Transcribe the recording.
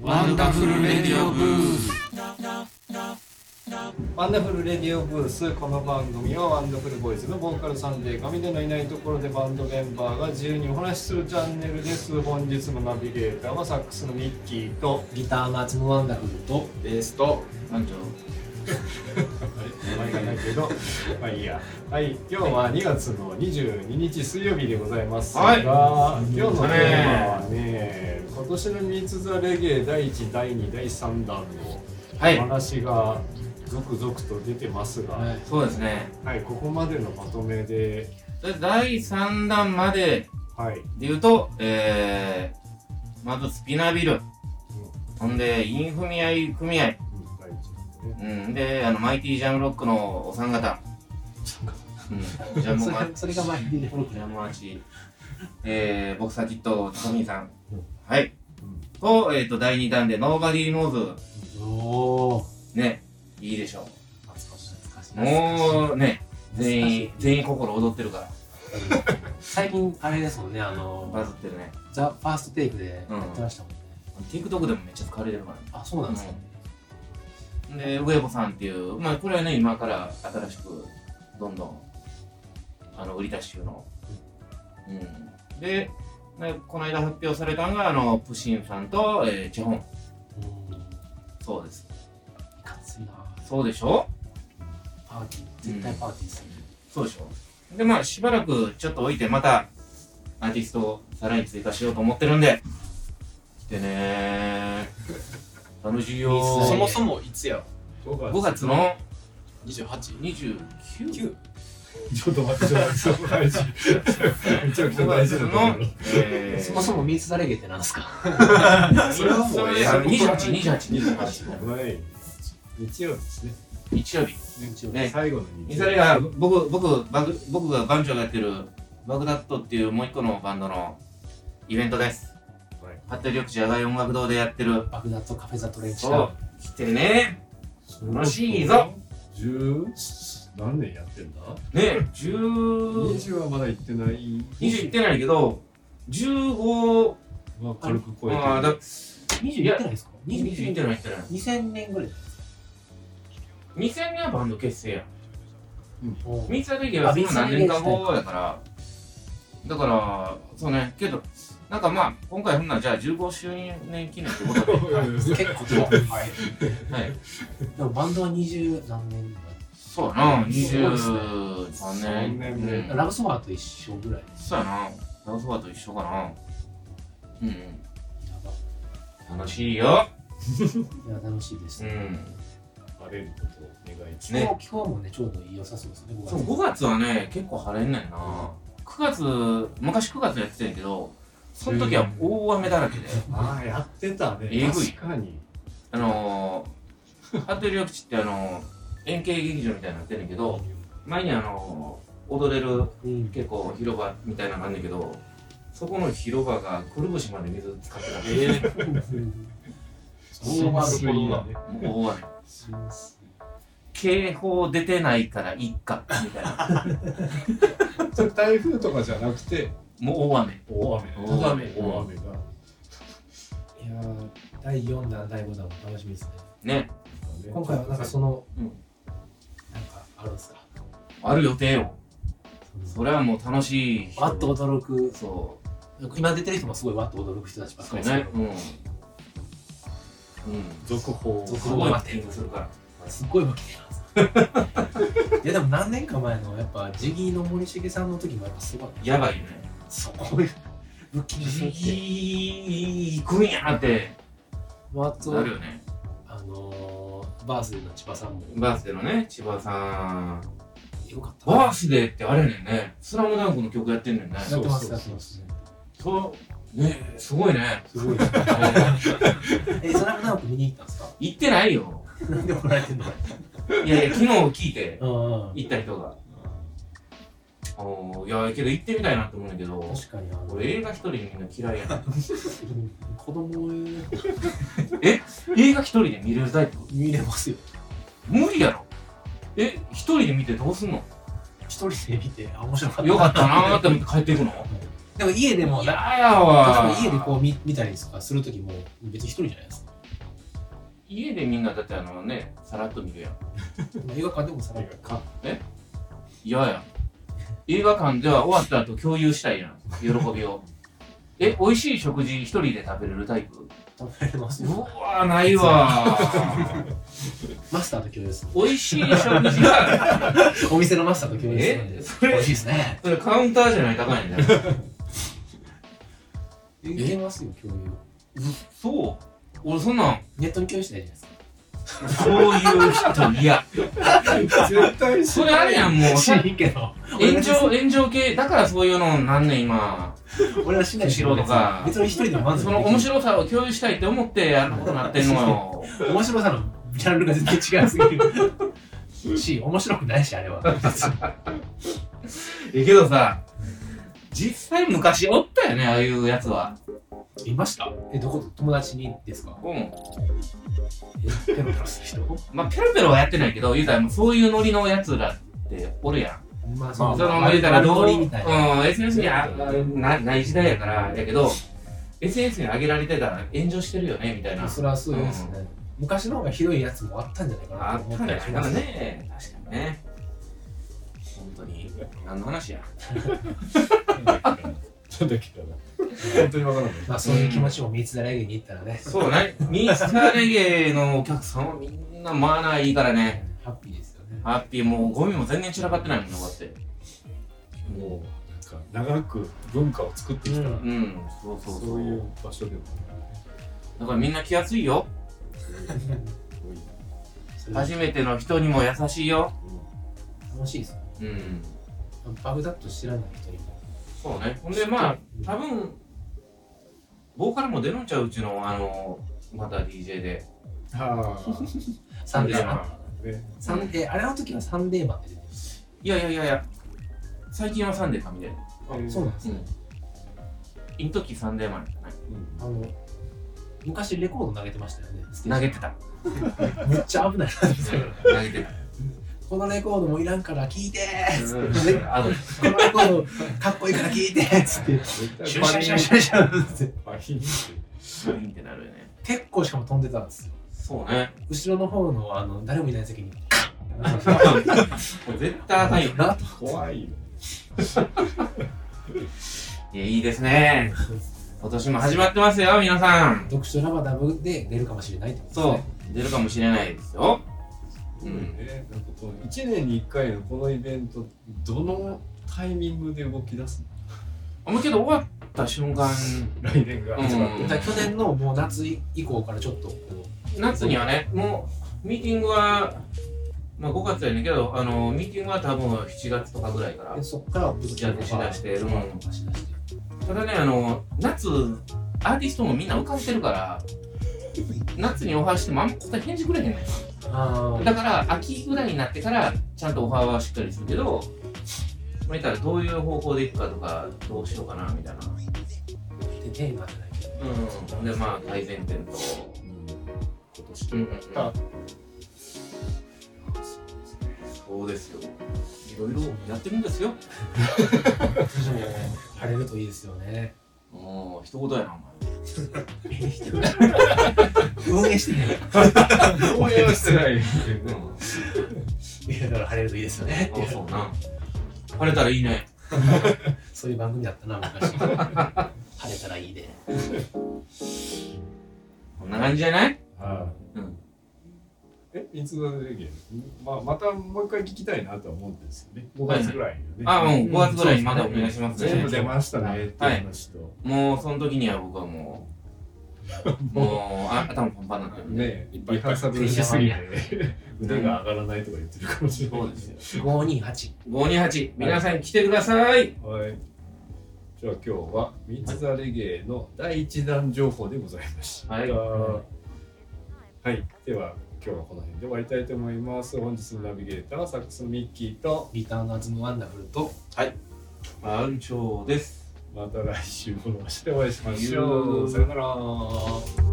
ワンダフルレディオブースワンダフルレディオブースこの番組はワンダフルボーイズのボーカルサンデー神でのいないところでバンドメンバーが自由にお話しするチャンネルです本日のナビゲーターはサックスのミッキーとギター松本ワンダフルとベースと南條名前がないけどまあいいやはい今日は2月の22日水曜日でございますが、はい今日のテーマはね今年のミーツ・ザ・レゲエ第1第2第3弾のはいお話が続々と出てますが、はそうですねはい、ここまでのまとめで、で第3弾まではい、で言うと、えー、まずスピナビルうんほんでインフミアイ組合第一弾ねうんであのマイティジャムロックのお三方うんジャムマそれがマイティジャムロックジャムマチえー、ボクサーキットトミーさんうんはいと,、えー、と第2弾でノーバディーノーおおズねいいでしょ懐かしい懐かしいうもうね全員全員心踊ってるから最近あれですもんねあのバズってるねザ・ファーストテイクでやってましたもんね、 TikTok でもめっちゃ使われてるからあそうなんですか、で、ウェボさんっていう、まあ、これはね、今から新しく、どんどん、あの、売り出し中の。うん。で、ねこの間発表されたのが、あの、プシンさんと、えーチェホン。うん、そうです。いかついなそうでしょパーティー絶対パーティーする、そうでしょで、まあ、しばらくちょっと置いて、また、アーティストをさらに追加しようと思ってるんで、来てね ー。楽しいよー。そもそもいつや5月5月の ?28? 29 9? ちょっと待って、ちょっと待って、大事。めちゃくちゃ5大月事だとの思う。、えーそもそもミーツ・ザ・レゲエってなんですか それはもうそれはもう二十八、二十八、二十八。はい。日曜ですね。日曜日。一応ね。最後のミ日サ曜。レが僕僕バグ僕が番長がやってるバグダッドっていうもう一個のバンドのイベントです。はいハッテリ緑地野外音楽堂でやってる。バグダッド・カフェ・ザ・トレンチそがう。来てね。楽しいぞ。十何年やってんだね。十二20はまだ行ってない。十いってないけど十五は軽く超えてああだ20やってないですか二十いってないいってない。 2000年ぐらい二千年はバンド結成や。おーミサレゲはその何年か後やから、だから、そうね、けど、なんかまあ、今回ほんならじゃあ15周年記念ってこと で、る。結構遠いはいはい、でもバンドは20何年ぐそうやな、そうですね23 23年年。目うんらいラブソファーと一緒ぐらいそうやな、ラブソファーと一緒かな。うんやばうん、楽しいよ。いや楽しいですうね。ん。晴れることをお願い気ね候気候もねちょうど良さそうですね。そう、 5 5月はね、結構晴れんねんな。9月、昔9月やってたんやけど、その時は大雨だらけで。ああ、やってたね。えぐい確かに。あのー、ハットリ緑地ってあのー、円形劇場みたいになってるんやけど、前にあのー、踊れる月。うん。結構広場みたいなのがあるんだけど、そこの広場がくるぶしまで水使ってた。えー、そうなるほどなね。もう大雨。警報出てないからいっか、みたいな。それ台風とかじゃなくて、もう大雨。大雨。大雨大雨が。いやー第4弾第5弾も楽しみですね。ね。今回はなんかその、うんなんかあるんですか。ある予定よ。それはもう楽しい人。わっと驚くそ今出てる人もすごいわっと驚く人たちばう。っそかうりですけねど。。うん。うん。続報すごいバッティングするから。すっごいわけ ない。いやでも何年か前のやっぱジギーの森重さんの時もやっぱすごい。やばいよね。そうこういうブッ キングするって。いくんやってわっとなるよね。あのー、バースデーの千葉さんもバースデーのね、千葉さん。よかったな。バースデーってあれやねんね。スラムダンクの曲やってんねんね。やってまそすうそうそうやってます。そう。ね、すごいね。 すごい。えー え、スラムダンク見に行ったんですか行って ないよ。なんで怒られてんのいやいや、昨日聞いて、うんうん。行った人が。おーいや、けど行ってみたいなと思うんだけど、確かにあの、俺映画一人みんな嫌いやな。うん子供映画一人で見れるタイプ見れますよ。無理やろ。え、一人で見てどうすんの一人で見て、あ、面白かった。よかったなーって思って帰っていくのでも家でも、いなやや例えわば家でこう見見たりとかするときも、別に一人じゃないですか。家でみんなだってあのねさらっと見るやん映画館でもさらに。か嫌やん映画館では終わった後共有したいやん喜びをえ美味しい食事一人で食べれるタイプ食べれますうわないわマスターと共有する。 美味しい食事がお店のマスターと共有するんえで。そ美れ味しいですね。それカウンターじゃない高いんだよいけますよ、共有。そう俺そんなんネットに共有しないじゃないですか。そういう人嫌絶対それあるやんもう知らんけど。炎上炎上系だからそういうのなんねん今俺はしないスシローとか別に一人でも満足その面い白さを共有したいって思ってやることになってんのよ面白さのジャンルが全然違いすぎるし面白くないしあれ は えけどさ実際昔おったよねああいうやつはいましたえどこ友達にですかうんえペロペロするまあペロペロはやってないけど言うたらもうそういうノリのやつらっておるやん人まあその言うたら丸ど通うりみたいな、うん SNS にあなない時代やからやけど SNS に上げられてたら炎上してるよねみたいなそれはそうですね、昔の方がひどいやつもあったんじゃないかあなとっ思たっんたじゃりしまないかすね確かにね本当に何の話やなんだっけかな。本当にわからない。まあそういう気持ちも三つだらけに行ったらね、そうねミスターレゲエのお客さんはみんなマナーいいからねハッピーですよねハッピーもうゴミも全然散らかってないもんねこうやってもう、なんか長く文化を作ってきた、うんうんそうそうそそうういう場所でもだからみんな気がついよそれ初めての人にも優しいよ楽しいですよねうんバグダッド知らない人にもそうねほんでまあ多分ボーカルも出るんちゃううちのあのまた DJ であサンデーマンマあ、ね。サンデーあれの時はサンデーマンって出てるンいやいやいやいや最近はサンデーかみたいなそうなんですうんいん時サンデーマンじゃないあの昔レコード投げてましたよねステー投ジげてためっちゃ危ないな投げて たこのレコードもいらんから聞いてーつうんってあのこのレコードかっこいいから聞いてーつって絶対シュンシュンシュンシュンシュンつってバキンってブリンってなるよね結構しかも飛んでたんですよそう ね後ろの方のあの誰もいない席に絶対赤いよなと怖いよ。いやいいですね今年も始まってますよ皆さん読書ラバダブで出るかもしれないってことですそねう出るかもしれないですようんね、なんかこの一年に一回のこのイベント、どのタイミングで動き出すあもうけど終わった瞬間の来年が始まって。うんだから去年のもう夏以降からちょっとこう夏にはねもうミーティングはまあ5月やねんけどあのミーティングは多分7月とかぐらいからでそっからぶ打ち上げしだしてるうんとかしだしてただねあの夏アーティストもみんな浮かしてるから夏にオファーしてもあんま答え返事くれへんねんああだから秋ぐらいになってからちゃんとオファーはしっかりするけどまあ言ったらどういう方向でいくかとかどうしようかなみたいなでテーマじゃないけどうんでまあ改善点うんと今年うんうんうんあそうですよいろいろやってるんですよでも晴れるといいですよねうん一言やなお前運営してね応援はしてない。うんいやだから晴れるといいですよねっていあうそうな晴れたらいいねそういう番組だったな昔晴れたらいいねこんな感じじゃないあうんえ、いつのレゲエ、まあ、またもう一回聞きたいなとは思うんですよね。5はいはい月ぐらいにね。あうんうん5月ぐらいにまだお願いします全ね部出ましたねっていう話と。もうその時には僕はも うもうあ頭パンパンになってるんでねえ、リハーサルしすぎて、腕が上がらないとか言ってるかもしれない。そうですよ528 528皆さん来てくださいはい。じゃあ今日は、ミツザレゲエの第一弾情報でございました。はいはい。では、今日はこの辺で終わりたいと思います。本日のナビゲーターはサックスのミッキーと、リターンズムワンダフルと番長ですまた来週この場所でお会いしましょう。さよなら。